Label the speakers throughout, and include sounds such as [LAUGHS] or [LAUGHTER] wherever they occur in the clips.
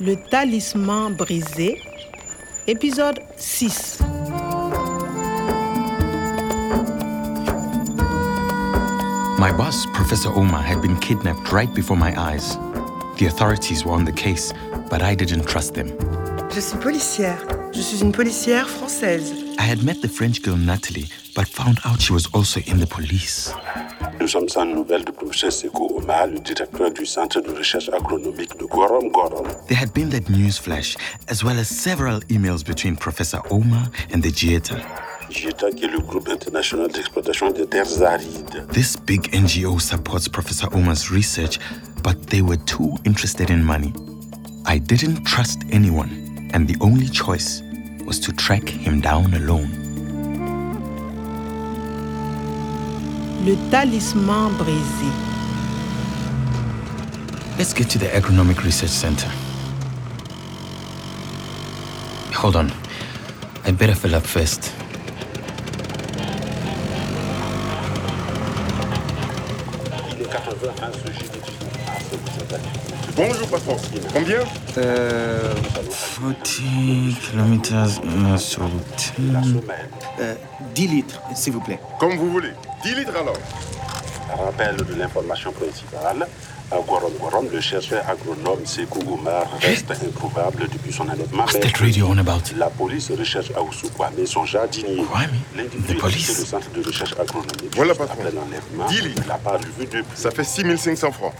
Speaker 1: Le talisman brisé, épisode 6.
Speaker 2: My boss, Professor Omar, had been kidnapped right before my eyes. The authorities were on the case, but I didn't trust them.
Speaker 3: Je suis policière. Je suis une policière française.
Speaker 2: I had met the French girl Natalie, but found out she was also in the police.
Speaker 4: Nous sommes sans nouvelles du professeur Sekou Omar, le directeur du centre de recherche agronomique de Gorom Gorom.
Speaker 2: There had been that news flash, as well as several emails between Professor Omar and the GIETA.
Speaker 4: JETA, qui est le groupe international d'exploitation des terres arides.
Speaker 2: This big NGO supports Professor Omar's research, but they were too interested in money. I didn't trust anyone, and the only choice was to track him down alone.
Speaker 1: Le talisman brisé.
Speaker 2: Let's get to the Agronomic Research Center. Hold on. I better fill up first.
Speaker 4: Il est 80 ans ce jeudi 19 mars 2024.
Speaker 5: Bonjour patron. Combien
Speaker 6: Euh,
Speaker 2: 40 kilometers uh, so 10.
Speaker 4: La semaine,
Speaker 6: euh, 10 litres, s'il vous plaît.
Speaker 5: Comme vous voulez. 10 litres alors.
Speaker 4: rappel de l'information principale. À Gorom Gorom, le chercheur agronome Sekou Omar reste introuvable depuis son enlèvement.
Speaker 2: What's that radio on about?
Speaker 4: La police recherche Aoussou Kwame, son jardinier.
Speaker 2: Kwame?
Speaker 4: L'individu
Speaker 2: The
Speaker 4: est
Speaker 2: police?
Speaker 4: quitté le centre de recherche agronomique.
Speaker 5: Voilà,
Speaker 4: juste
Speaker 5: patron.
Speaker 4: Après l'enlèvement,
Speaker 5: Dis-le.
Speaker 4: il n'a pas revu depuis.
Speaker 5: Ça fait 6500 francs.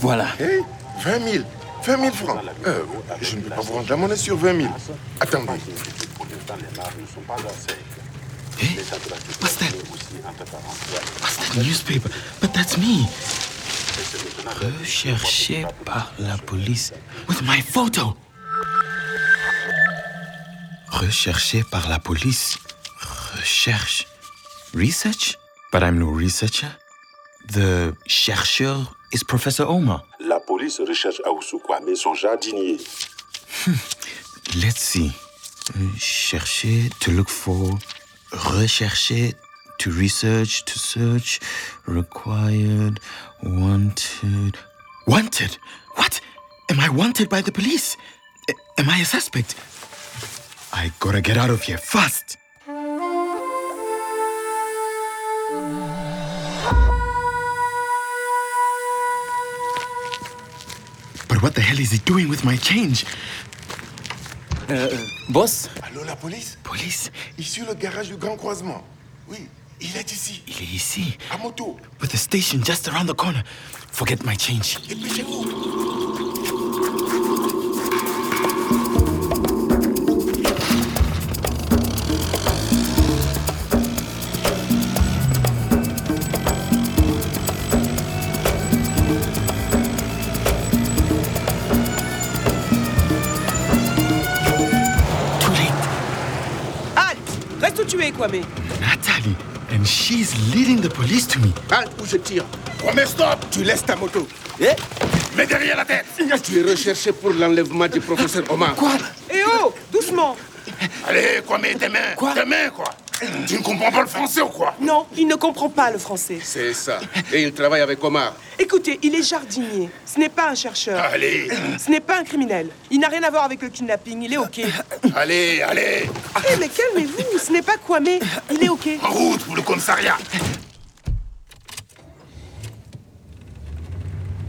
Speaker 2: Voilà.
Speaker 5: Hé, 20 000. 20 000 francs. Euh, je ne peux pas vous rendre la monnaie sur 20 000. Attendez.
Speaker 4: Pour l'instant, les mares ne sont pas à sec.
Speaker 2: Hey,
Speaker 4: Les températures
Speaker 2: Eh? what's that?
Speaker 4: sont aussi entre 43
Speaker 2: What's that newspaper? But that's me.
Speaker 4: et
Speaker 2: Recherché par la police with my photo. Recherché par la police. Recherche. Research? But I'm no researcher. The chercheur is Professor Omar.
Speaker 4: La police recherche Aoussou Kwame, son jardinier.
Speaker 2: Let's see. Euh, Chercher, to look for. Rechercher, to research, to search. Required, wanted. Wanted? What? Am I wanted by the police? A- am I a suspect? I gotta get out of here fast. But what the hell is he doing with my change?
Speaker 6: Euh, euh, boss
Speaker 5: Allô, la police
Speaker 2: Police?
Speaker 5: Ici, le garage du Grand Croisement. Oui, il est ici,
Speaker 2: Il est ici,
Speaker 5: à moto.
Speaker 2: with the station just around the corner. Forget my change.
Speaker 5: Dépêchez-vous.
Speaker 2: Too late.
Speaker 7: Halte Reste où tu es, Kwame.
Speaker 2: Natalie, and she's leading the police to me.
Speaker 5: Halte où je tire. Première stop. Tu laisses ta moto.
Speaker 6: Eh
Speaker 5: Mets derrière la tête. Tu es recherché pour l'enlèvement du professeur Omar.
Speaker 6: Quoi
Speaker 7: Eh oh Doucement
Speaker 5: Allez, quoi, mais tes mains.
Speaker 6: Quoi
Speaker 5: Tes mains, quoi. Tu ne comprends pas le français ou quoi
Speaker 7: Non, il ne comprend pas le français.
Speaker 5: C'est ça. [LAUGHS] Et il travaille avec Omar.
Speaker 7: Écoutez, il est jardinier. Ce n'est pas un chercheur.
Speaker 5: Allez,
Speaker 7: Ce n'est pas un criminel. Il n'a rien à voir avec le kidnapping. Il est OK. Eh,
Speaker 5: allez, allez.
Speaker 7: mais calmez-vous. Ce n'est pas Kwame. Il est OK.
Speaker 5: En route pour le commissariat.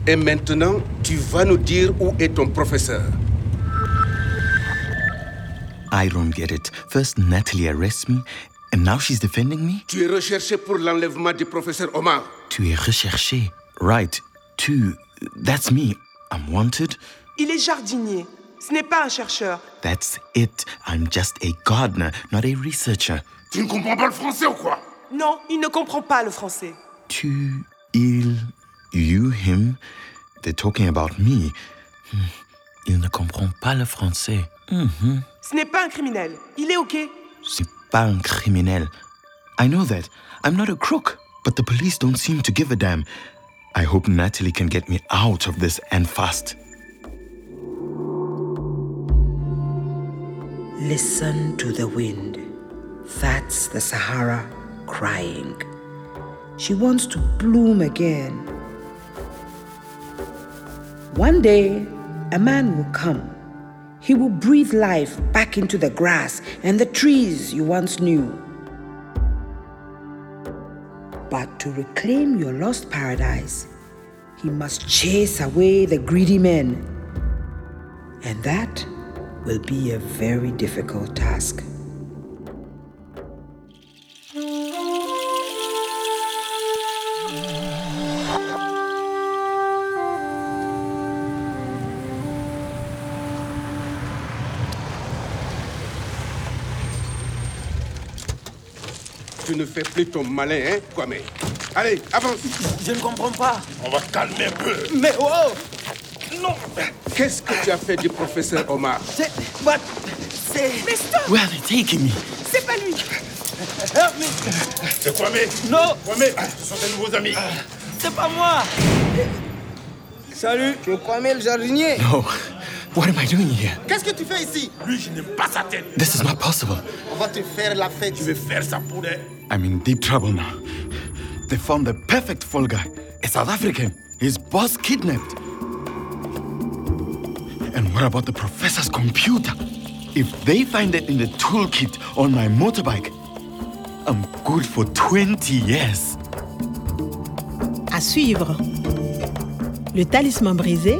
Speaker 5: Et maintenant, tu vas nous dire où est ton professeur.
Speaker 2: I don't get it. First, Natalie arrests me, and now she's defending me?
Speaker 5: Tu es recherché pour l'enlèvement du professeur Omar.
Speaker 2: Tu es recherché. Right. Tu. That's me. I'm wanted.
Speaker 7: Il est jardinier. Ce n'est pas un chercheur.
Speaker 2: That's it. I'm just a gardener, not a researcher.
Speaker 5: Tu ne comprends pas le français ou quoi
Speaker 7: Non, il ne comprend pas le français.
Speaker 2: Tu, il, you, him. They're talking about me. Hmm. Il ne comprend pas le français.
Speaker 7: Ce n'est pas un criminel. Il est OK.
Speaker 2: C'est pas un criminel. I know that. I'm not a crook. But the police don't seem to give a damn. I hope Natalie can get me out of this and fast.
Speaker 8: Listen to the wind. That's the Sahara crying. She wants to bloom again. One day, a man will come. He will breathe life back into the grass and the trees you once knew. But to reclaim your lost paradise, he must chase away the greedy men. And that will be a very difficult task.
Speaker 9: Tu ne fais plus ton malin, hein, Kwame Allez, avance
Speaker 5: Je ne comprends pas.
Speaker 9: On va calmer un peu
Speaker 5: Mais oh Non
Speaker 9: Qu'est-ce que tu as fait du professeur Omar
Speaker 5: C'est. What C'est.
Speaker 10: Mais stop
Speaker 5: Where are they taking me
Speaker 10: C'est pas lui
Speaker 5: Help me
Speaker 9: C'est Kwame
Speaker 5: Non
Speaker 9: Kwame, ce sont tes nouveaux amis
Speaker 5: C'est pas moi Salut
Speaker 11: Je crois même le jardinier.
Speaker 2: No. What am I doing here?
Speaker 11: Qu'est-ce que tu fais ici
Speaker 9: Lui, je n'aime pas sa tête
Speaker 2: This is not possible.
Speaker 11: On va te faire la fête.
Speaker 9: Je vais faire ça pour des...
Speaker 2: I'm in deep trouble now. They found the perfect fall guy, a South African. His boss kidnapped. And what about the professor's computer? If they find it in the toolkit on my motorbike, I'm good for 20 years.
Speaker 1: À suivre. Le talisman brisé,